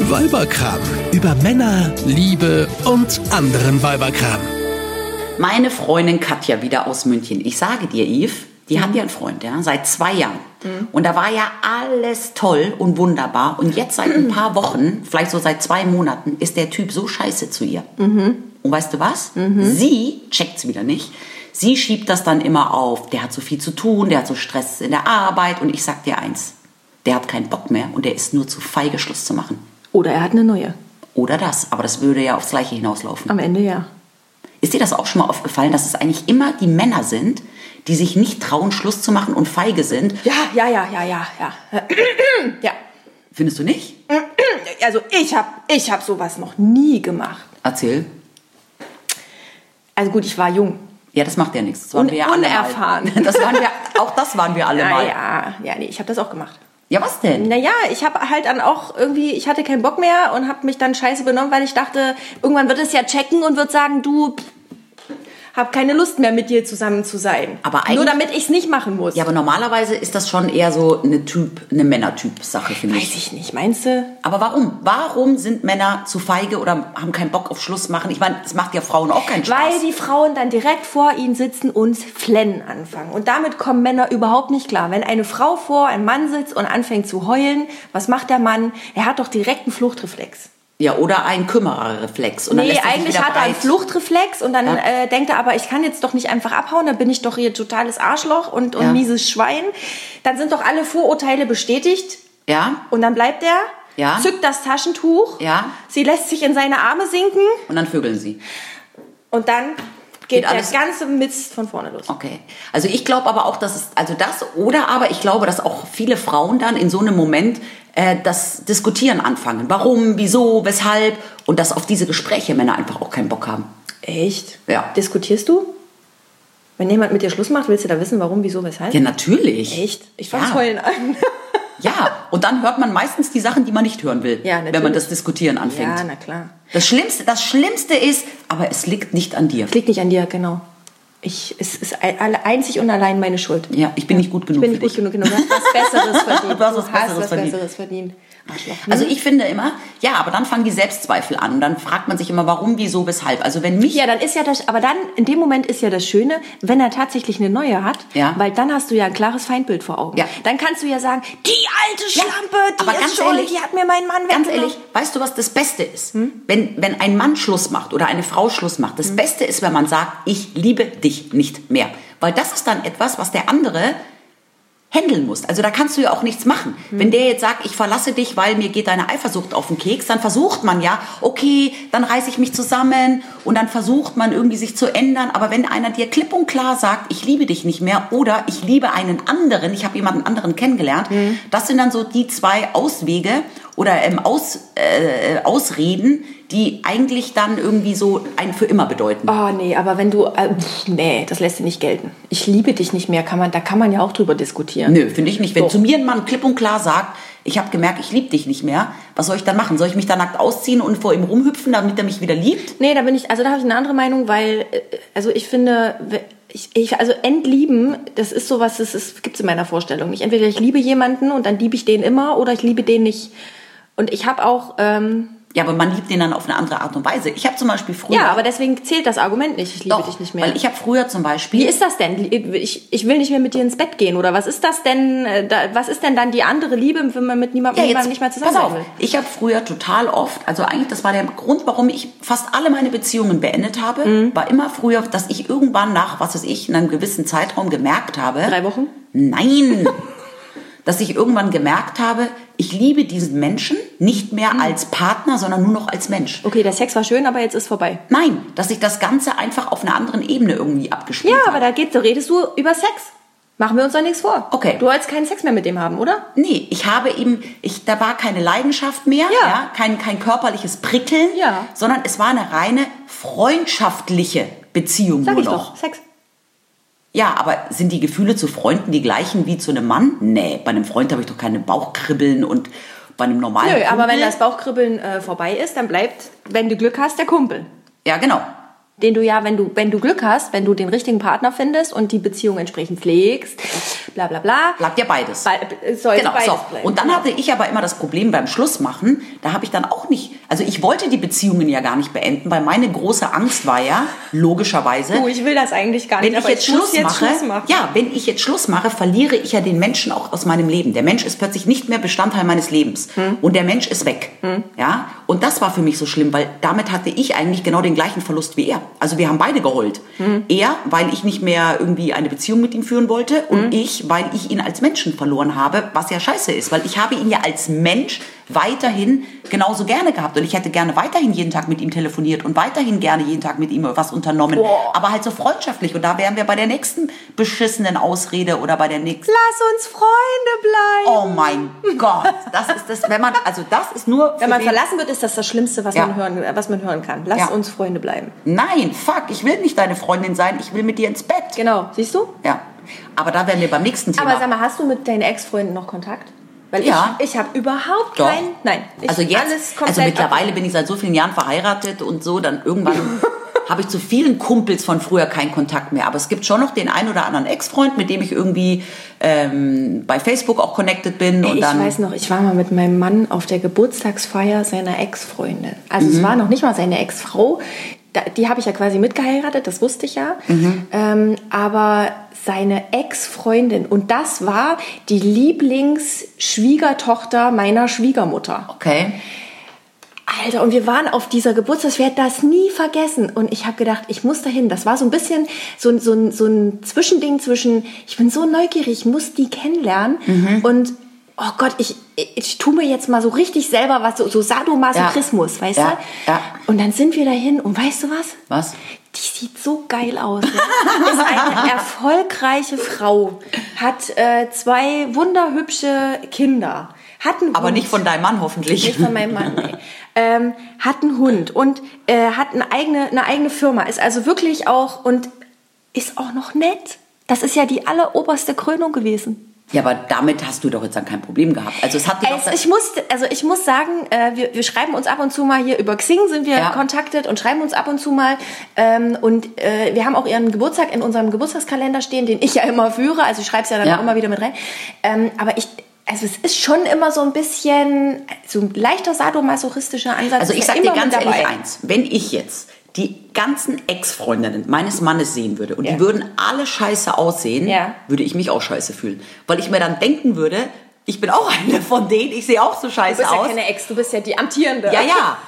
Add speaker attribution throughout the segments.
Speaker 1: Weiberkram. Über Männer, Liebe und anderen Weiberkram.
Speaker 2: Meine Freundin Katja wieder aus München. Ich sage dir, Yves, die hat ja einen Freund, ja, seit zwei Jahren. Und da war ja alles toll und wunderbar. Und jetzt seit ein paar Wochen, vielleicht so seit zwei Monaten, ist der Typ so scheiße zu ihr. Und weißt du was? Sie checkt's wieder nicht. Sie schiebt das dann immer auf. Der hat so viel zu tun, der hat so Stress in der Arbeit. Und ich sag dir eins, der hat keinen Bock mehr und der ist nur zu feige, Schluss zu machen.
Speaker 3: Oder er hat eine neue.
Speaker 2: Oder das. Aber das würde ja aufs Gleiche hinauslaufen.
Speaker 3: Am Ende ja.
Speaker 2: Ist dir das auch schon mal aufgefallen, dass es eigentlich immer die Männer sind, die sich nicht trauen, Schluss zu machen und feige sind?
Speaker 3: Ja, ja, ja, ja, ja, ja. ja.
Speaker 2: Findest du nicht?
Speaker 3: Also ich habe ich hab sowas noch nie gemacht.
Speaker 2: Erzähl.
Speaker 3: Also gut, ich war jung.
Speaker 2: Ja, das macht ja nichts. Das waren
Speaker 3: Un-
Speaker 2: wir ja alle
Speaker 3: unerfahren.
Speaker 2: Mal. Das waren wir, auch das waren wir alle mal. Ja.
Speaker 3: Naja, ja, nee, ich habe das auch gemacht.
Speaker 2: was denn?
Speaker 3: Naja, ich habe halt dann auch irgendwie, ich hatte keinen Bock mehr und habe mich dann scheiße benommen, weil ich dachte, irgendwann wird es ja checken und wird sagen, du pff, hab keine Lust mehr mit dir zusammen zu sein.
Speaker 2: Aber
Speaker 3: Nur
Speaker 2: eigentlich-
Speaker 3: damit ich es nicht machen muss.
Speaker 2: Ja, aber normalerweise ist das schon eher so eine Typ, eine Männertyp-Sache, finde
Speaker 3: Weiß
Speaker 2: ich.
Speaker 3: ich nicht, meinst du?
Speaker 2: Aber warum? Warum sind Männer zu feige oder haben keinen Bock auf Schluss machen? Ich meine, es macht ja Frauen auch keinen Spaß.
Speaker 3: Weil die Frauen dann direkt vor ihnen sitzen und flennen anfangen. Und damit kommen Männer überhaupt nicht klar. Wenn eine Frau vor einem Mann sitzt und anfängt zu heulen, was macht der Mann? Er hat doch direkt einen Fluchtreflex.
Speaker 2: ja, oder ein Kümmererreflex. Und dann
Speaker 3: nee,
Speaker 2: lässt er sich
Speaker 3: eigentlich
Speaker 2: wieder
Speaker 3: hat er einen
Speaker 2: breit.
Speaker 3: Fluchtreflex und dann
Speaker 2: Ja.
Speaker 3: äh, denkt er, aber ich kann jetzt doch nicht einfach abhauen, dann bin ich doch hier totales Arschloch und, und
Speaker 2: Ja.
Speaker 3: mieses Schwein. Dann sind doch alle Vorurteile bestätigt
Speaker 2: Ja,
Speaker 3: und dann bleibt er,
Speaker 2: Ja.
Speaker 3: zückt das Taschentuch,
Speaker 2: Ja.
Speaker 3: sie lässt sich in seine Arme sinken
Speaker 2: und dann vögeln sie.
Speaker 3: und dann
Speaker 2: Geht
Speaker 3: geht, der
Speaker 2: alles-
Speaker 3: ganze Mist von vorne los.
Speaker 2: Okay. Also ich glaube aber auch, dass es, also das oder aber ich glaube, dass auch viele Frauen dann in so einem Moment äh, das Diskutieren anfangen. Warum, wieso, weshalb und dass auf diese Gespräche Männer einfach auch keinen Bock haben.
Speaker 3: Echt?
Speaker 2: Ja.
Speaker 3: Diskutierst du? Wenn jemand mit dir Schluss macht, willst du da wissen, warum, wieso, weshalb?
Speaker 2: Ja, natürlich.
Speaker 3: Echt? Ich fang's
Speaker 2: Genau. Ja.
Speaker 3: heulen an.
Speaker 2: Ja, und dann hört man meistens die Sachen, die man nicht hören will,
Speaker 3: Ja, natürlich.
Speaker 2: wenn man das Diskutieren anfängt.
Speaker 3: Ja, na klar.
Speaker 2: das, Schlimmste, das Schlimmste ist, aber es liegt nicht an dir.
Speaker 3: Es liegt nicht an dir, genau. Ich, es ist ei- alle- einzig und allein meine Schuld.
Speaker 2: Ja, ich bin nicht gut
Speaker 3: Ich
Speaker 2: genug
Speaker 3: bin
Speaker 2: für
Speaker 3: nicht gut
Speaker 2: dich.
Speaker 3: genug, genau. Du hast was Besseres verdient.
Speaker 2: Du hast was Besseres verdient.
Speaker 3: Besseres verdient. Arschloch.
Speaker 2: Also ich finde immer, ja, aber dann fangen die Selbstzweifel an und dann fragt man sich immer, warum, wieso, weshalb. Also wenn mich
Speaker 3: Ja, dann ist ja das, aber dann, in dem Moment ist ja das Schöne, wenn er tatsächlich eine neue hat,
Speaker 2: Ja.
Speaker 3: weil dann hast du ja ein klares Feindbild vor Augen.
Speaker 2: Ja.
Speaker 3: Dann kannst du ja sagen, die alte
Speaker 2: Ja,
Speaker 3: Schlampe, die
Speaker 2: aber
Speaker 3: ist
Speaker 2: ganz
Speaker 3: schuld,
Speaker 2: ehrlich,
Speaker 3: die hat mir meinen Mann
Speaker 2: Ganz
Speaker 3: weggenommen.
Speaker 2: ehrlich, weißt du, was das Beste ist? Wenn, wenn ein Mann Schluss macht oder eine Frau Schluss macht, das Beste ist, wenn man sagt, ich liebe dich nicht mehr. Weil das ist dann etwas, was der andere handeln muss. Also da kannst du ja auch nichts machen. Wenn der jetzt sagt, ich verlasse dich, weil mir geht deine Eifersucht auf den Keks, dann versucht man ja, okay, dann reiße ich mich zusammen und dann versucht man irgendwie sich zu ändern. Aber wenn einer dir klipp und klar sagt, ich liebe dich nicht mehr oder ich liebe einen anderen, ich habe jemanden anderen kennengelernt, das sind dann so die zwei Auswege oder ähm, Aus, äh, Ausreden, die eigentlich dann irgendwie so ein für immer bedeuten.
Speaker 3: Oh nee, aber wenn du äh, pff, nee, das lässt sich nicht gelten. Ich liebe dich nicht mehr, kann man, da kann man ja auch drüber diskutieren.
Speaker 2: Nö, finde ich nicht. Wenn zu mir ein Mann klipp und klar sagt, ich habe gemerkt, ich liebe dich nicht mehr, was soll ich dann machen? Soll ich mich da nackt ausziehen und vor ihm rumhüpfen, damit er mich wieder liebt?
Speaker 3: Nee, da bin ich, also da habe ich eine andere Meinung, weil äh, also ich finde we- ich, ich, also entlieben, das ist sowas, das, ist- das gibt's in meiner Vorstellung nicht. Entweder ich liebe jemanden und dann liebe ich den immer oder ich liebe den nicht. Und ich habe auch ähm,
Speaker 2: Ja, aber man liebt den dann auf eine andere Art und Weise. Ich habe zum Beispiel früher...
Speaker 3: ja, aber deswegen zählt das Argument nicht. Ich liebe
Speaker 2: doch,
Speaker 3: dich nicht mehr.
Speaker 2: Weil ich habe früher zum Beispiel...
Speaker 3: Wie ist das denn? Ich, ich will nicht mehr mit dir ins Bett gehen oder was ist das denn? äh, Da, was ist denn dann die andere Liebe, wenn man mit niemandem niemandem nicht mehr zusammen
Speaker 2: pass
Speaker 3: sein
Speaker 2: auf,
Speaker 3: will?
Speaker 2: ich habe früher total oft, also eigentlich das war der Grund, warum ich fast alle meine Beziehungen beendet habe,
Speaker 3: Mhm.
Speaker 2: war immer früher, dass ich irgendwann nach, was weiß ich, in einem gewissen Zeitraum gemerkt habe.
Speaker 3: Drei Wochen?
Speaker 2: Nein! dass ich irgendwann gemerkt habe, ich liebe diesen Menschen nicht mehr als Partner, sondern nur noch als Mensch.
Speaker 3: Okay, der Sex war schön, aber jetzt ist vorbei.
Speaker 2: Nein, dass ich das Ganze einfach auf einer anderen Ebene irgendwie abgespielt
Speaker 3: Ja,
Speaker 2: habe.
Speaker 3: aber da geht, da redest du über Sex. Machen wir uns doch nichts vor.
Speaker 2: Okay.
Speaker 3: Du wolltest keinen Sex mehr mit dem haben, oder?
Speaker 2: Nee, ich habe eben, ich, da war keine Leidenschaft mehr, ja.
Speaker 3: Ja.
Speaker 2: kein, kein körperliches Prickeln,
Speaker 3: Ja.
Speaker 2: sondern es war eine reine freundschaftliche Beziehung
Speaker 3: Sag
Speaker 2: nur
Speaker 3: ich
Speaker 2: noch.
Speaker 3: doch. Sex.
Speaker 2: Ja, aber sind die Gefühle zu Freunden die gleichen wie zu einem Mann? Nee, bei einem Freund habe ich doch keine Bauchkribbeln und bei einem normalen
Speaker 3: Nö, aber
Speaker 2: Kumpel-
Speaker 3: wenn das Bauchkribbeln äh, vorbei ist, dann bleibt, wenn du Glück hast, der Kumpel.
Speaker 2: Ja, genau.
Speaker 3: Den du ja, wenn du, wenn du Glück hast, wenn du den richtigen Partner findest und die Beziehung entsprechend pflegst, bla bla bla.
Speaker 2: Bleibt ja beides.
Speaker 3: Be soll
Speaker 2: genau,
Speaker 3: beides
Speaker 2: so.
Speaker 3: bleiben.
Speaker 2: Und dann hatte ich aber immer das Problem beim Schlussmachen, da habe ich dann auch nicht, also ich wollte die Beziehungen ja gar nicht beenden, weil meine große Angst war ja, logischerweise,
Speaker 3: du, ich will das eigentlich gar
Speaker 2: wenn
Speaker 3: nicht,
Speaker 2: ich jetzt
Speaker 3: muss
Speaker 2: Schluss mache,
Speaker 3: Schluss machen.
Speaker 2: ja, wenn ich jetzt Schluss mache, verliere ich ja den Menschen auch aus meinem Leben. Der Mensch ist plötzlich nicht mehr Bestandteil meines Lebens und der Mensch ist weg. Ja, und das war für mich so schlimm, weil damit hatte ich eigentlich genau den gleichen Verlust wie er. Also wir haben beide geheult. Er, weil ich nicht mehr irgendwie eine Beziehung mit ihm führen wollte und ich, weil ich ihn als Menschen verloren habe, was ja scheiße ist, weil ich habe ihn ja als Mensch weiterhin genauso gerne gehabt und ich hätte gerne weiterhin jeden Tag mit ihm telefoniert und weiterhin gerne jeden Tag mit ihm was unternommen,
Speaker 3: Boah.
Speaker 2: aber halt so freundschaftlich und da wären wir bei der nächsten beschissenen Ausrede oder bei der nächsten
Speaker 3: Lass uns Freunde bleiben.
Speaker 2: Oh mein Gott, das ist das, wenn man also das ist nur für
Speaker 3: Wenn man
Speaker 2: wen-
Speaker 3: verlassen wird, ist das das Schlimmste, was,
Speaker 2: Ja.
Speaker 3: man, hören, äh, was man hören kann. Lass
Speaker 2: Ja.
Speaker 3: uns Freunde bleiben.
Speaker 2: Nein, fuck, ich will nicht deine Freundin sein, ich will mit dir ins Bett.
Speaker 3: Genau, siehst du?
Speaker 2: Ja. Aber da wären wir beim nächsten Thema.
Speaker 3: Aber sag mal, hast du mit deinen Ex-Freunden noch Kontakt? Weil
Speaker 2: Ja.
Speaker 3: ich, ich habe überhaupt
Speaker 2: Doch.
Speaker 3: keinen. Nein, ich
Speaker 2: also
Speaker 3: alles
Speaker 2: jetzt,
Speaker 3: komplett
Speaker 2: also mittlerweile bin ich seit so vielen Jahren verheiratet und so, dann irgendwann habe ich zu vielen Kumpels von früher keinen Kontakt mehr. Aber es gibt schon noch den einen oder anderen Ex-Freund, mit dem ich irgendwie ähm, bei Facebook auch connected bin.
Speaker 3: Ey,
Speaker 2: und
Speaker 3: Ich
Speaker 2: dann,
Speaker 3: weiß noch, ich war mal mit meinem Mann auf der Geburtstagsfeier seiner Ex-Freundin. Also
Speaker 2: Mhm.
Speaker 3: es war noch nicht mal seine Ex-Frau. Da- Die habe ich ja quasi mitgeheiratet, das wusste ich ja.
Speaker 2: Mhm.
Speaker 3: Ähm, aber seine Ex-Freundin und das war die Lieblingsschwiegertochter meiner Schwiegermutter.
Speaker 2: Okay.
Speaker 3: Alter, und wir waren auf dieser Geburtstag, ich werde das nie vergessen. Und ich habe gedacht, ich muss dahin. Das war so ein bisschen so, ein- so, ein- so ein Zwischending zwischen, ich bin so neugierig, ich muss die kennenlernen.
Speaker 2: Mhm.
Speaker 3: Und, oh Gott, ich, ich, ich tue mir jetzt mal so richtig selber was, so, so Sadomasochismus,
Speaker 2: Ja.
Speaker 3: weißt
Speaker 2: Ja.
Speaker 3: du?
Speaker 2: Ja.
Speaker 3: Und dann sind wir dahin und weißt du was?
Speaker 2: Was?
Speaker 3: Die sieht so geil aus. Ne? Ist eine erfolgreiche Frau, hat äh, zwei wunderhübsche Kinder, hat einen
Speaker 2: Aber
Speaker 3: Hund.
Speaker 2: nicht von deinem Mann hoffentlich.
Speaker 3: Nicht von meinem Mann, nee. ähm, Hat einen Hund und äh, hat eine eigene, eine eigene Firma. Ist also wirklich auch und ist auch noch nett. Das ist ja die alleroberste Krönung gewesen.
Speaker 2: Ja, aber damit hast du doch jetzt dann kein Problem gehabt. Also es hat dir doch
Speaker 3: Also ich, musste, also ich muss sagen, äh, wir, wir schreiben uns ab und zu mal hier über Xing sind wir
Speaker 2: Ja.
Speaker 3: kontaktet und schreiben uns ab und zu mal. Ähm, und äh, wir haben auch ihren Geburtstag in unserem Geburtstagskalender stehen, den ich ja immer führe. Also ich schreibe es ja dann
Speaker 2: Ja.
Speaker 3: auch immer wieder mit rein. Ähm, aber ich, also es ist schon immer so ein bisschen, so ein leichter sadomasochistischer Ansatz.
Speaker 2: Also
Speaker 3: ist
Speaker 2: ich
Speaker 3: ja
Speaker 2: sag dir
Speaker 3: immer
Speaker 2: ganz
Speaker 3: mit dabei.
Speaker 2: ehrlich eins, wenn ich jetzt die ganzen Ex-Freundinnen meines Mannes sehen würde und
Speaker 3: Ja.
Speaker 2: die würden alle scheiße aussehen,
Speaker 3: Ja.
Speaker 2: würde ich mich auch scheiße fühlen. Weil ich mir dann denken würde, ich bin auch eine von denen, ich sehe auch so
Speaker 3: Du
Speaker 2: scheiße
Speaker 3: bist ja
Speaker 2: aus.
Speaker 3: keine Ex, du bist ja die amtierende.
Speaker 2: Ja, ja.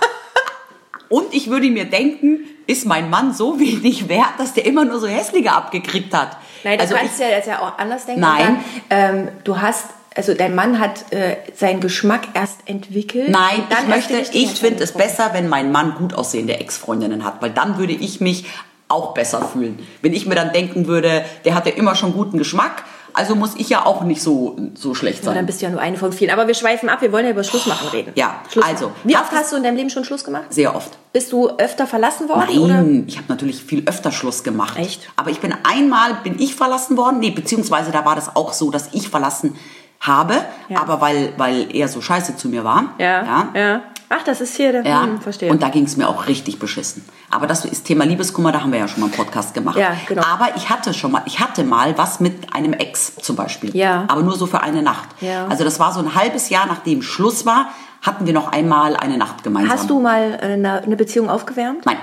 Speaker 2: Und ich würde mir denken, ist mein Mann so wenig wert, dass der immer nur so hässliche abgekriegt hat.
Speaker 3: Nein, du
Speaker 2: also
Speaker 3: kannst
Speaker 2: ich,
Speaker 3: ja jetzt ja auch anders denken.
Speaker 2: Nein.
Speaker 3: Und Dann, ähm, du hast, also dein Mann hat äh, seinen Geschmack erst entwickelt.
Speaker 2: Nein,
Speaker 3: und
Speaker 2: ich
Speaker 3: dann erst die
Speaker 2: möchte,
Speaker 3: richtige
Speaker 2: ich finde es
Speaker 3: Entscheidung
Speaker 2: besser, wenn mein Mann gut aussehende Ex-Freundinnen hat, weil dann würde ich mich auch besser fühlen. Wenn ich mir dann denken würde, der hat ja immer schon guten Geschmack, also muss ich ja auch nicht so, so schlecht
Speaker 3: getroffen. Dann
Speaker 2: sein.
Speaker 3: bist du ja nur eine von vielen. Aber wir schweifen ab, wir wollen ja über Schluss machen reden.
Speaker 2: Ja,
Speaker 3: Schluss
Speaker 2: also,
Speaker 3: Machen. Wie
Speaker 2: hast
Speaker 3: oft
Speaker 2: du-
Speaker 3: hast du in deinem Leben schon Schluss gemacht?
Speaker 2: Sehr oft.
Speaker 3: Bist du öfter verlassen worden? Oder?
Speaker 2: Nein, ich habe natürlich viel öfter Schluss gemacht.
Speaker 3: Echt?
Speaker 2: Aber ich bin einmal, bin ich verlassen worden, nee, beziehungsweise da war das auch so, dass ich verlassen habe,
Speaker 3: Ja.
Speaker 2: aber weil, weil er so scheiße zu mir war.
Speaker 3: Ja, ja. Ach, das ist hier der
Speaker 2: Ja,
Speaker 3: hm, verstehe.
Speaker 2: und da ging es mir auch richtig beschissen. Aber das ist Thema Liebeskummer, da haben wir ja schon mal einen Podcast gemacht.
Speaker 3: Ja, genau.
Speaker 2: Aber ich hatte schon mal, ich hatte mal was mit einem Ex zum Beispiel.
Speaker 3: Ja.
Speaker 2: Aber nur so für eine Nacht.
Speaker 3: Ja.
Speaker 2: Also das war so ein halbes Jahr, nachdem Schluss war, hatten wir noch einmal eine Nacht gemeinsam.
Speaker 3: hast du mal äh, eine, eine Beziehung aufgewärmt?
Speaker 2: Nein.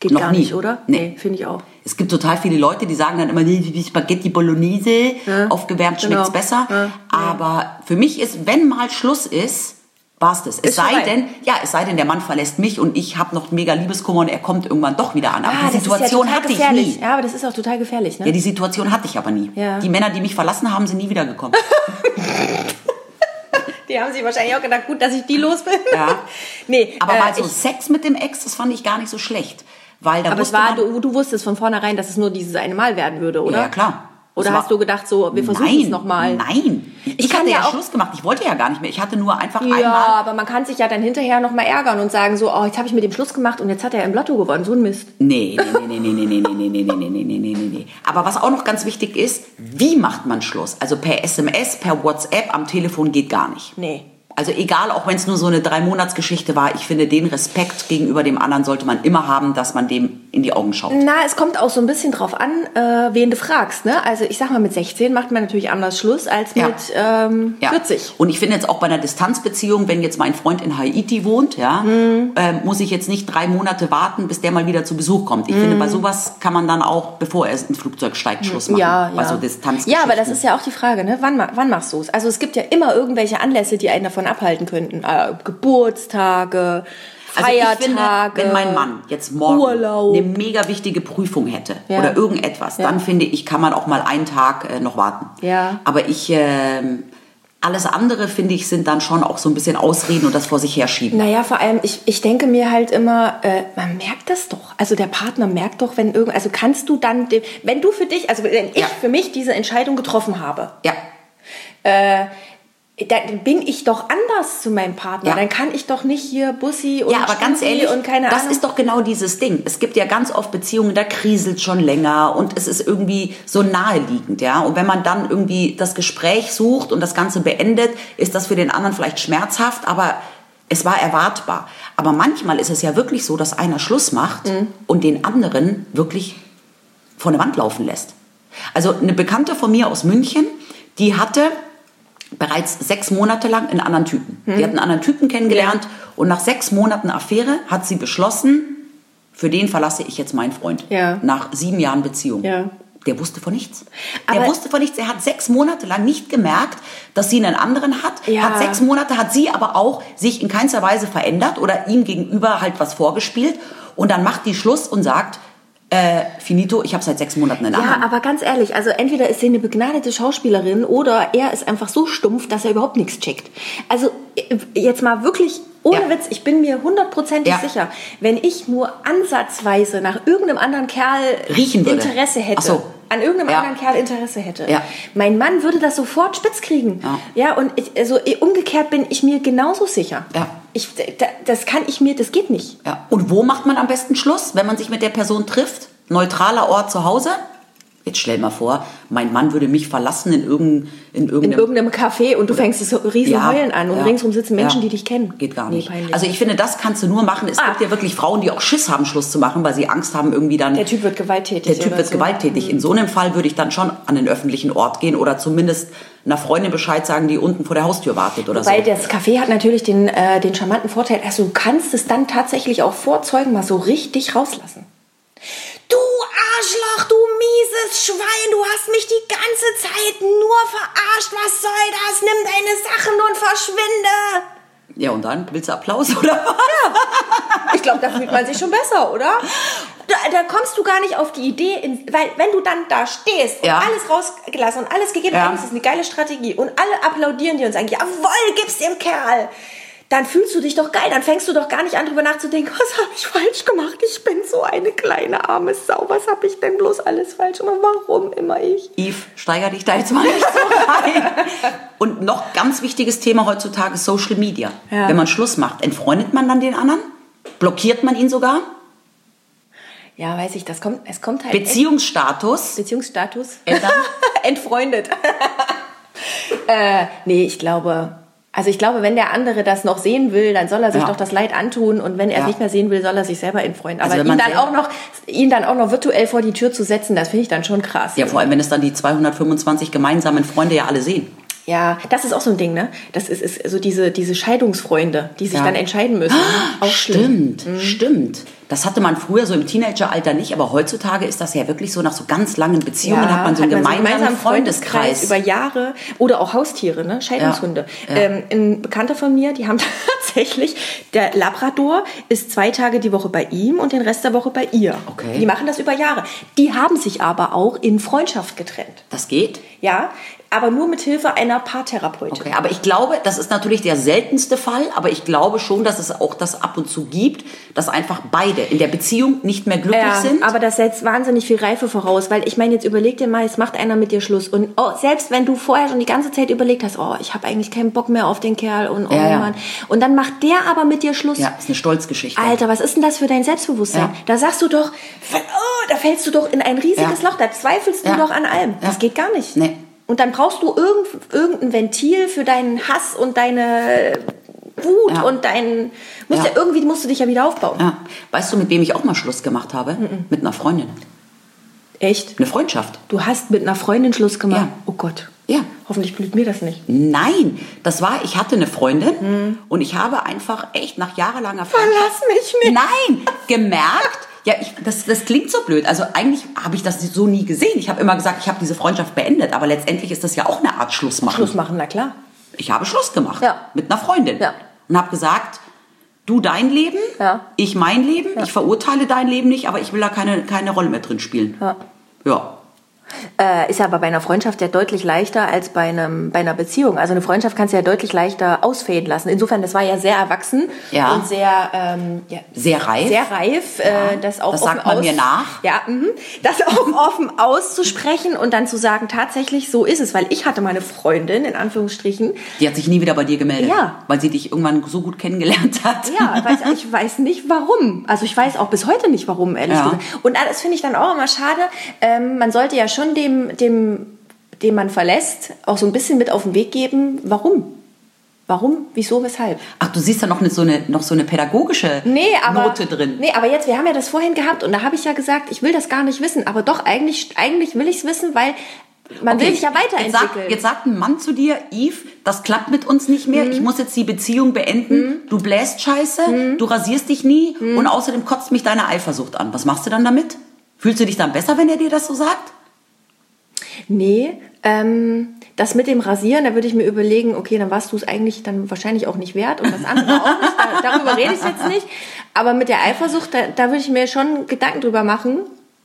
Speaker 3: Geht
Speaker 2: noch
Speaker 3: gar
Speaker 2: nie.
Speaker 3: nicht, oder?
Speaker 2: Nee.
Speaker 3: finde ich auch.
Speaker 2: Es gibt total viele Leute, die sagen dann immer, die, die Spaghetti Bolognese, aufgewärmt
Speaker 3: genau.
Speaker 2: schmeckt's besser.
Speaker 3: Ja, ja.
Speaker 2: Aber für mich ist, wenn mal Schluss ist, war's das. Es
Speaker 3: Ist
Speaker 2: sei
Speaker 3: vorbei.
Speaker 2: denn, ja, es sei denn, der Mann verlässt mich und ich habe noch mega Liebeskummer und er kommt irgendwann doch wieder an. Aber
Speaker 3: Ah,
Speaker 2: die
Speaker 3: das
Speaker 2: Situation
Speaker 3: ist ja total
Speaker 2: hatte ich
Speaker 3: gefährlich.
Speaker 2: nie.
Speaker 3: Ja, aber das ist auch total gefährlich, ne?
Speaker 2: Ja, die Situation hatte ich aber nie.
Speaker 3: Ja.
Speaker 2: Die Männer, die mich verlassen haben, sind nie wiedergekommen.
Speaker 3: Die haben sich wahrscheinlich auch gedacht, gut, dass ich die los bin.
Speaker 2: Ja.
Speaker 3: nee,
Speaker 2: Aber
Speaker 3: äh,
Speaker 2: mal so
Speaker 3: ich,
Speaker 2: Sex mit dem Ex, das fand ich gar nicht so schlecht. Weil da
Speaker 3: aber es
Speaker 2: wusste
Speaker 3: war,
Speaker 2: man,
Speaker 3: du, du wusstest von vornherein, dass es nur dieses eine Mal werden würde, oder?
Speaker 2: Ja, klar.
Speaker 3: Oder
Speaker 2: Es war-
Speaker 3: hast du gedacht, so, wir versuchen
Speaker 2: nein,
Speaker 3: es nochmal?
Speaker 2: Nein. Ich,
Speaker 3: Ich kann
Speaker 2: hatte
Speaker 3: ja
Speaker 2: ja
Speaker 3: auch-
Speaker 2: Schluss gemacht. Ich wollte ja gar nicht mehr. Ich hatte nur einfach
Speaker 3: Ja,
Speaker 2: einmal
Speaker 3: aber man kann sich ja dann hinterher nochmal ärgern und sagen, so, oh, jetzt habe ich mit dem Schluss gemacht und jetzt hat er im Lotto gewonnen. So ein Mist.
Speaker 2: Nee, nee, nee, nee, nee, nee, nee, nee, nee, nee, nee, nee, nee, nee, nee. Aber was auch noch ganz wichtig ist, wie macht man Schluss? Also per SMS, per WhatsApp, am Telefon geht gar nicht.
Speaker 3: Nee.
Speaker 2: Also egal, auch wenn es nur so eine Drei-Monats-Geschichte war, ich finde, den Respekt gegenüber dem anderen sollte man immer haben, dass man dem in die Augen schaut.
Speaker 3: Na, es kommt auch so ein bisschen drauf an, äh, wen du fragst. Ne? Also ich sag mal, mit 16 macht man natürlich anders Schluss als
Speaker 2: Ja.
Speaker 3: mit ähm,
Speaker 2: Ja.
Speaker 3: 40.
Speaker 2: Und ich finde jetzt auch bei einer Distanzbeziehung, wenn jetzt mein Freund in Haiti wohnt, ja,
Speaker 3: Mhm.
Speaker 2: ähm, muss ich jetzt nicht drei Monate warten, bis der mal wieder zu Besuch kommt. Ich finde, bei sowas kann man dann auch, bevor er ins Flugzeug steigt, Schluss machen.
Speaker 3: Mhm. Ja,
Speaker 2: Bei
Speaker 3: ja.
Speaker 2: so Distanzgeschichten.
Speaker 3: ja, aber das ist ja auch die Frage, ne? wann, ma- wann machst du es? Also es gibt ja immer irgendwelche Anlässe, die einen davon abhalten könnten. Äh, Geburtstage,
Speaker 2: Also
Speaker 3: Feiertage.
Speaker 2: ich finde, wenn mein Mann jetzt morgen
Speaker 3: Urlaub.
Speaker 2: eine mega wichtige Prüfung hätte
Speaker 3: Ja.
Speaker 2: oder irgendetwas,
Speaker 3: Ja.
Speaker 2: dann finde ich, kann man auch mal einen Tag äh, noch warten.
Speaker 3: Ja.
Speaker 2: Aber ich, ähm, alles andere finde ich, sind dann schon auch so ein bisschen Ausreden und das vor sich herschieben.
Speaker 3: Naja, vor allem, ich, ich denke mir halt immer, äh, man merkt das doch. Also der Partner merkt doch, wenn irgend, also kannst du dann, dem, wenn du für dich, also wenn ich
Speaker 2: Ja.
Speaker 3: für mich diese Entscheidung getroffen habe,
Speaker 2: Ja.
Speaker 3: äh, dann bin ich doch anders zu meinem Partner.
Speaker 2: Ja.
Speaker 3: Dann kann ich doch nicht hier Bussi und
Speaker 2: Ja, aber ganz
Speaker 3: Stusi
Speaker 2: ehrlich,
Speaker 3: und keine
Speaker 2: das
Speaker 3: Ahnung.
Speaker 2: ist doch genau dieses Ding. Es gibt ja ganz oft Beziehungen, da kriselt schon länger und es ist irgendwie so naheliegend, ja. Und wenn man dann irgendwie das Gespräch sucht und das Ganze beendet, ist das für den anderen vielleicht schmerzhaft, aber es war erwartbar. Aber manchmal ist es ja wirklich so, dass einer Schluss macht
Speaker 3: Mhm.
Speaker 2: und den anderen wirklich vor eine Wand laufen lässt. Also eine Bekannte von mir aus München, die hatte bereits sechs Monate lang einen anderen Typen.
Speaker 3: Hm.
Speaker 2: Die hat einen anderen Typen kennengelernt und nach sechs Monaten Affäre hat sie beschlossen, für den verlasse ich jetzt meinen Freund.
Speaker 3: Ja.
Speaker 2: Nach sieben Jahren Beziehung.
Speaker 3: Ja.
Speaker 2: Der wusste von nichts.
Speaker 3: Aber-
Speaker 2: der wusste von nichts. Er hat sechs Monate lang nicht gemerkt, dass sie einen anderen hat.
Speaker 3: Ja.
Speaker 2: Hat sechs Monate, hat sie aber auch sich in keinster Weise verändert oder ihm gegenüber halt was vorgespielt. Und dann macht die Schluss und sagt, äh, finito, ich habe seit sechs Monaten einen
Speaker 3: ja,
Speaker 2: anderen.
Speaker 3: aber ganz ehrlich, also entweder ist sie eine begnadete Schauspielerin oder er ist einfach so stumpf, dass er überhaupt nichts checkt. Also äh, jetzt mal wirklich ohne
Speaker 2: Ja.
Speaker 3: Witz, ich bin mir hundertprozentig
Speaker 2: Ja.
Speaker 3: sicher, wenn ich nur ansatzweise nach irgendeinem anderen Kerl
Speaker 2: Riechen würde.
Speaker 3: Interesse hätte.
Speaker 2: Ach so.
Speaker 3: An irgendeinem
Speaker 2: Ja.
Speaker 3: anderen Kerl Interesse hätte.
Speaker 2: Ja.
Speaker 3: Mein Mann würde das sofort spitz kriegen.
Speaker 2: Ja.
Speaker 3: und ich, also eh, umgekehrt bin ich mir genauso sicher.
Speaker 2: Ja.
Speaker 3: Ich, da, das kann ich mir, das geht nicht.
Speaker 2: Ja. Und wo macht man am besten Schluss, wenn man sich mit der Person trifft? Neutraler Ort zu Hause? Jetzt stell mal vor, mein Mann würde mich verlassen in, irgendein, in
Speaker 3: in
Speaker 2: irgendeinem...
Speaker 3: irgendeinem Café und du fängst das riesen
Speaker 2: Ja,
Speaker 3: Heulen an und
Speaker 2: ja,
Speaker 3: ringsrum sitzen Menschen,
Speaker 2: ja.
Speaker 3: die dich kennen.
Speaker 2: Geht gar
Speaker 3: Nee,
Speaker 2: nicht.
Speaker 3: peinlich.
Speaker 2: also ich finde, das kannst du nur machen. Es
Speaker 3: Ah.
Speaker 2: gibt ja wirklich Frauen, die auch Schiss haben, Schluss zu machen, weil sie Angst haben, irgendwie dann...
Speaker 3: der Typ wird gewalttätig.
Speaker 2: Der Typ
Speaker 3: oder
Speaker 2: wird
Speaker 3: so. Mhm.
Speaker 2: gewalttätig. In so einem Fall würde ich dann schon an den öffentlichen Ort gehen oder zumindest einer Freundin Bescheid sagen, die unten vor der Haustür wartet oder
Speaker 3: Weil
Speaker 2: so.
Speaker 3: das Café hat natürlich den, äh, den charmanten Vorteil, also du kannst es dann tatsächlich auch vor Zeugen mal so richtig rauslassen. Du Arschloch, du mieses Schwein, du hast mich die ganze Zeit nur verarscht. Was soll das? Nimm deine Sachen und verschwinde.
Speaker 2: Ja, und dann willst du Applaus oder was?
Speaker 3: Ich glaube, da fühlt man sich schon besser, oder? Da, da kommst du gar nicht auf die Idee, in, weil wenn du dann da stehst und
Speaker 2: Ja.
Speaker 3: alles rausgelassen und alles gegeben
Speaker 2: Ja.
Speaker 3: hast, ist eine geile Strategie und alle applaudieren dir und sagen, jawohl, gib's dem Kerl. Dann fühlst du dich doch geil, dann fängst du doch gar nicht an, drüber nachzudenken, was habe ich falsch gemacht? Ich bin so eine kleine arme Sau, was habe ich denn bloß alles falsch gemacht? Warum immer ich?
Speaker 2: Eve, steiger dich da jetzt mal nicht so rein. Und noch ganz wichtiges Thema heutzutage ist Social Media.
Speaker 3: Ja.
Speaker 2: Wenn man Schluss macht, entfreundet man dann den anderen? Blockiert man ihn sogar?
Speaker 3: Ja, weiß ich, das kommt, es kommt halt echt-
Speaker 2: Beziehungsstatus?
Speaker 3: Beziehungsstatus.
Speaker 2: Ändern?
Speaker 3: entfreundet. äh, nee, ich glaube. Also ich glaube, wenn der andere das noch sehen will, dann soll er sich
Speaker 2: Ja.
Speaker 3: doch das Leid antun und wenn er es
Speaker 2: Ja.
Speaker 3: nicht mehr sehen will, soll er sich selber entfreunden. Aber
Speaker 2: Also wenn
Speaker 3: ihn
Speaker 2: man
Speaker 3: dann
Speaker 2: selber-
Speaker 3: auch noch, ihn dann auch noch virtuell vor die Tür zu setzen, das finde ich dann schon krass.
Speaker 2: Ja, vor allem, wenn es dann die 225 gemeinsamen Freunde ja alle sehen.
Speaker 3: Ja, das ist auch so ein Ding, ne? Das ist, ist so diese, diese Scheidungsfreunde, die sich
Speaker 2: Ja.
Speaker 3: dann entscheiden müssen. Auch schlimm.
Speaker 2: Stimmt, stimmt. Das hatte man früher so im Teenageralter nicht, aber heutzutage ist das ja wirklich so nach so ganz langen Beziehungen hat man so einen gemeinsamen, Freundeskreis.
Speaker 3: über Jahre oder auch Haustiere, ne? Scheidungshunde.
Speaker 2: Ja, ja.
Speaker 3: Ähm, ein Bekannter von mir, die haben tatsächlich, der Labrador ist zwei Tage die Woche bei ihm und den Rest der Woche bei ihr.
Speaker 2: Okay.
Speaker 3: Die machen das über Jahre. Die haben sich aber auch in Freundschaft getrennt.
Speaker 2: das geht?
Speaker 3: Ja, aber nur mit Hilfe einer Paartherapeutin.
Speaker 2: Okay, aber ich glaube, das ist natürlich der seltenste Fall, aber ich glaube schon, dass es auch das ab und zu gibt, dass einfach beide in der Beziehung nicht mehr glücklich
Speaker 3: Ja,
Speaker 2: sind.
Speaker 3: aber das setzt wahnsinnig viel Reife voraus, weil ich meine, jetzt überleg dir mal, jetzt macht einer mit dir Schluss und oh, selbst wenn du vorher schon die ganze Zeit überlegt hast, oh, ich habe eigentlich keinen Bock mehr auf den Kerl und oh
Speaker 2: Ja, ja.
Speaker 3: Mann, und dann macht der aber mit dir Schluss.
Speaker 2: ja, ist eine Stolzgeschichte.
Speaker 3: Alter, was ist denn das für dein Selbstbewusstsein?
Speaker 2: Ja.
Speaker 3: Da sagst du doch, oh, da fällst du doch in ein riesiges
Speaker 2: Ja.
Speaker 3: Loch, da zweifelst
Speaker 2: Ja.
Speaker 3: du doch an allem.
Speaker 2: Ja.
Speaker 3: Das geht gar nicht.
Speaker 2: Nee.
Speaker 3: Und dann brauchst du irgend, irgendein Ventil für deinen Hass und deine Wut
Speaker 2: Ja.
Speaker 3: und dein. Musst
Speaker 2: Ja.
Speaker 3: ja. irgendwie musst du dich ja wieder aufbauen.
Speaker 2: Ja. Weißt du, mit wem ich auch mal Schluss gemacht habe? Mit einer Freundin.
Speaker 3: Echt?
Speaker 2: Eine Freundschaft.
Speaker 3: Du hast mit einer Freundin Schluss gemacht.
Speaker 2: Ja.
Speaker 3: Oh Gott.
Speaker 2: Ja.
Speaker 3: Hoffentlich blüht mir das nicht.
Speaker 2: Nein, das war, ich hatte eine Freundin und ich habe einfach echt nach jahrelanger
Speaker 3: Mm. Verlass mich nicht.
Speaker 2: Nein, gemerkt. Ja, ich, das, das klingt so blöd. Also eigentlich habe ich das so nie gesehen. Ich habe immer gesagt, ich habe diese Freundschaft beendet, aber letztendlich ist das ja auch eine Art Schluss machen.
Speaker 3: Schluss machen, na klar.
Speaker 2: Ich habe Schluss gemacht
Speaker 3: Ja.
Speaker 2: mit einer Freundin
Speaker 3: Ja.
Speaker 2: und habe gesagt, du dein Leben,
Speaker 3: Ja.
Speaker 2: ich mein Leben, ich verurteile dein Leben nicht, aber ich will da keine, keine Rolle mehr drin spielen.
Speaker 3: Ja.
Speaker 2: ja.
Speaker 3: Äh, ist ja aber bei einer Freundschaft ja deutlich leichter als bei, einem, bei einer Beziehung. Also eine Freundschaft kannst du ja deutlich leichter ausfäden lassen. Insofern, das war ja sehr erwachsen
Speaker 2: Ja.
Speaker 3: und sehr, ähm, ja,
Speaker 2: Sehr reif.
Speaker 3: sehr reif, äh, das auch
Speaker 2: das
Speaker 3: offen
Speaker 2: sagt man
Speaker 3: aus,
Speaker 2: mir nach.
Speaker 3: Ja, mhm, das auch offen auszusprechen und dann zu sagen, tatsächlich so ist es, weil ich hatte meine Freundin in Anführungsstrichen.
Speaker 2: Die hat sich nie wieder bei dir gemeldet,
Speaker 3: Ja.
Speaker 2: weil sie dich irgendwann so gut kennengelernt hat.
Speaker 3: Ja, weiß, ich weiß nicht warum. Also ich weiß auch bis heute nicht warum, ehrlich
Speaker 2: Ja.
Speaker 3: gesagt. Und ah, das finde ich dann auch immer schade. Ähm, man sollte ja schon dem, dem, dem man verlässt, auch so ein bisschen mit auf den Weg geben, warum. Warum, wieso, weshalb?
Speaker 2: Ach, du siehst da noch, eine, so, eine, noch so eine pädagogische
Speaker 3: Nee, aber,
Speaker 2: Note drin.
Speaker 3: Nee, aber jetzt, wir haben ja das vorhin gehabt und da habe ich ja gesagt, ich will das gar nicht wissen. Aber doch, eigentlich, eigentlich will ich es wissen, weil man will sich ja
Speaker 2: jetzt sagt,
Speaker 3: weiterentwickeln.
Speaker 2: jetzt sagt ein Mann zu dir, Eve, das klappt mit uns nicht mehr,
Speaker 3: Mhm.
Speaker 2: ich muss jetzt die Beziehung beenden, du bläst Scheiße, du rasierst dich nie
Speaker 3: Mhm.
Speaker 2: und außerdem kotzt mich deine Eifersucht an. Was machst du dann damit? Fühlst du dich dann besser, wenn er dir das so sagt?
Speaker 3: Nee, ähm, das mit dem Rasieren, da würde ich mir überlegen, okay, dann warst du es eigentlich dann wahrscheinlich auch nicht wert und das andere auch nicht, da, darüber rede ich jetzt nicht. Aber mit der Eifersucht, da, da würde ich mir schon Gedanken drüber machen,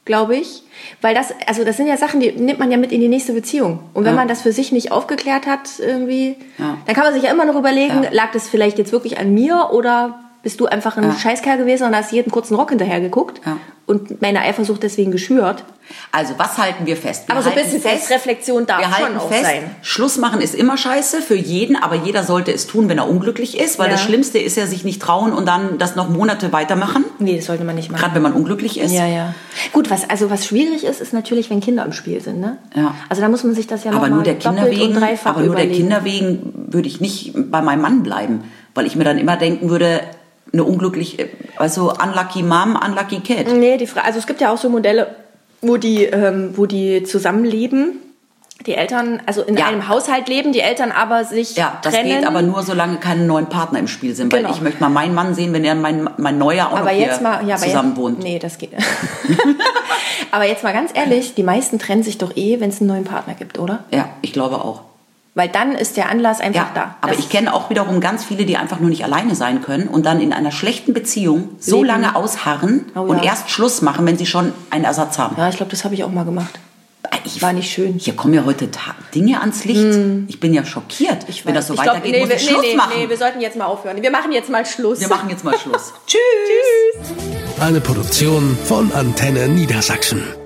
Speaker 3: glaube ich. Weil das, also das sind ja Sachen, die nimmt man ja mit in die nächste Beziehung. Und wenn
Speaker 2: Ja.
Speaker 3: man das für sich nicht aufgeklärt hat, irgendwie,
Speaker 2: Ja.
Speaker 3: dann kann man sich ja immer noch überlegen,
Speaker 2: Ja.
Speaker 3: lag das vielleicht jetzt wirklich an mir oder bist du einfach ein
Speaker 2: Ja.
Speaker 3: Scheißkerl gewesen und hast jeden kurzen Rock hinterher geguckt
Speaker 2: Ja.
Speaker 3: und meine Eifersucht deswegen geschürt.
Speaker 2: Also, was halten wir fest? Wir
Speaker 3: Aber so ein
Speaker 2: halten
Speaker 3: bisschen Selbstreflexion darf
Speaker 2: wir halten
Speaker 3: schon auch
Speaker 2: fest,
Speaker 3: sein.
Speaker 2: Schluss machen ist immer scheiße für jeden, aber jeder sollte es tun, wenn er unglücklich ist, weil
Speaker 3: Ja.
Speaker 2: das Schlimmste ist ja, sich nicht trauen und dann das noch Monate weitermachen,
Speaker 3: Nee, das sollte man nicht machen.
Speaker 2: gerade wenn man unglücklich ist.
Speaker 3: Ja, ja. Gut, was also was schwierig ist, ist natürlich, wenn Kinder im Spiel sind, ne?
Speaker 2: Ja.
Speaker 3: Also da muss man sich das ja
Speaker 2: Aber
Speaker 3: noch
Speaker 2: nur
Speaker 3: mal
Speaker 2: der Kinder
Speaker 3: doppelt und
Speaker 2: wegen,
Speaker 3: dreifach
Speaker 2: aber nur der
Speaker 3: überlegen.
Speaker 2: Kinder wegen würde ich nicht bei meinem Mann bleiben, weil ich mir dann immer denken würde, eine unglücklich, also unlucky mom, unlucky kid.
Speaker 3: Nee, die Frage, also es gibt ja auch so Modelle, wo die, ähm, wo die zusammenleben, die Eltern, also in
Speaker 2: Ja.
Speaker 3: einem Haushalt leben, die Eltern aber sich
Speaker 2: Ja, das
Speaker 3: trennen.
Speaker 2: geht aber nur, solange keine neuen Partner im Spiel sind,
Speaker 3: Genau.
Speaker 2: weil ich möchte mal meinen Mann sehen, wenn er mein, mein neuer auch
Speaker 3: aber
Speaker 2: noch
Speaker 3: jetzt
Speaker 2: hier
Speaker 3: mal, ja, aber
Speaker 2: zusammen
Speaker 3: jetzt,
Speaker 2: wohnt.
Speaker 3: Nee, das geht. aber jetzt mal ganz ehrlich, die meisten trennen sich doch eh, wenn es einen neuen Partner gibt, oder?
Speaker 2: Ja, ich glaube auch.
Speaker 3: Weil dann ist der Anlass einfach
Speaker 2: Ja,
Speaker 3: da.
Speaker 2: aber
Speaker 3: Das
Speaker 2: ich kenne auch wiederum ganz viele, die einfach nur nicht alleine sein können und dann in einer schlechten Beziehung so
Speaker 3: Leben.
Speaker 2: lange ausharren
Speaker 3: Oh
Speaker 2: und
Speaker 3: ja.
Speaker 2: erst Schluss machen, wenn sie schon einen Ersatz haben.
Speaker 3: Ja, ich glaube, das habe ich auch mal gemacht.
Speaker 2: Äh, Ich,
Speaker 3: War nicht schön.
Speaker 2: Hier kommen ja heute Ta Dinge ans Licht. Ich bin ja schockiert. Wenn das so
Speaker 3: Hm. Ich glaub,
Speaker 2: weitergeht, muss
Speaker 3: wir-
Speaker 2: ich Schluss
Speaker 3: nee,
Speaker 2: machen.
Speaker 3: Nee, wir sollten jetzt mal aufhören. Wir machen jetzt mal Schluss.
Speaker 2: Wir machen jetzt mal Schluss.
Speaker 3: Tschüss.
Speaker 1: Eine Produktion von Antenne Niedersachsen.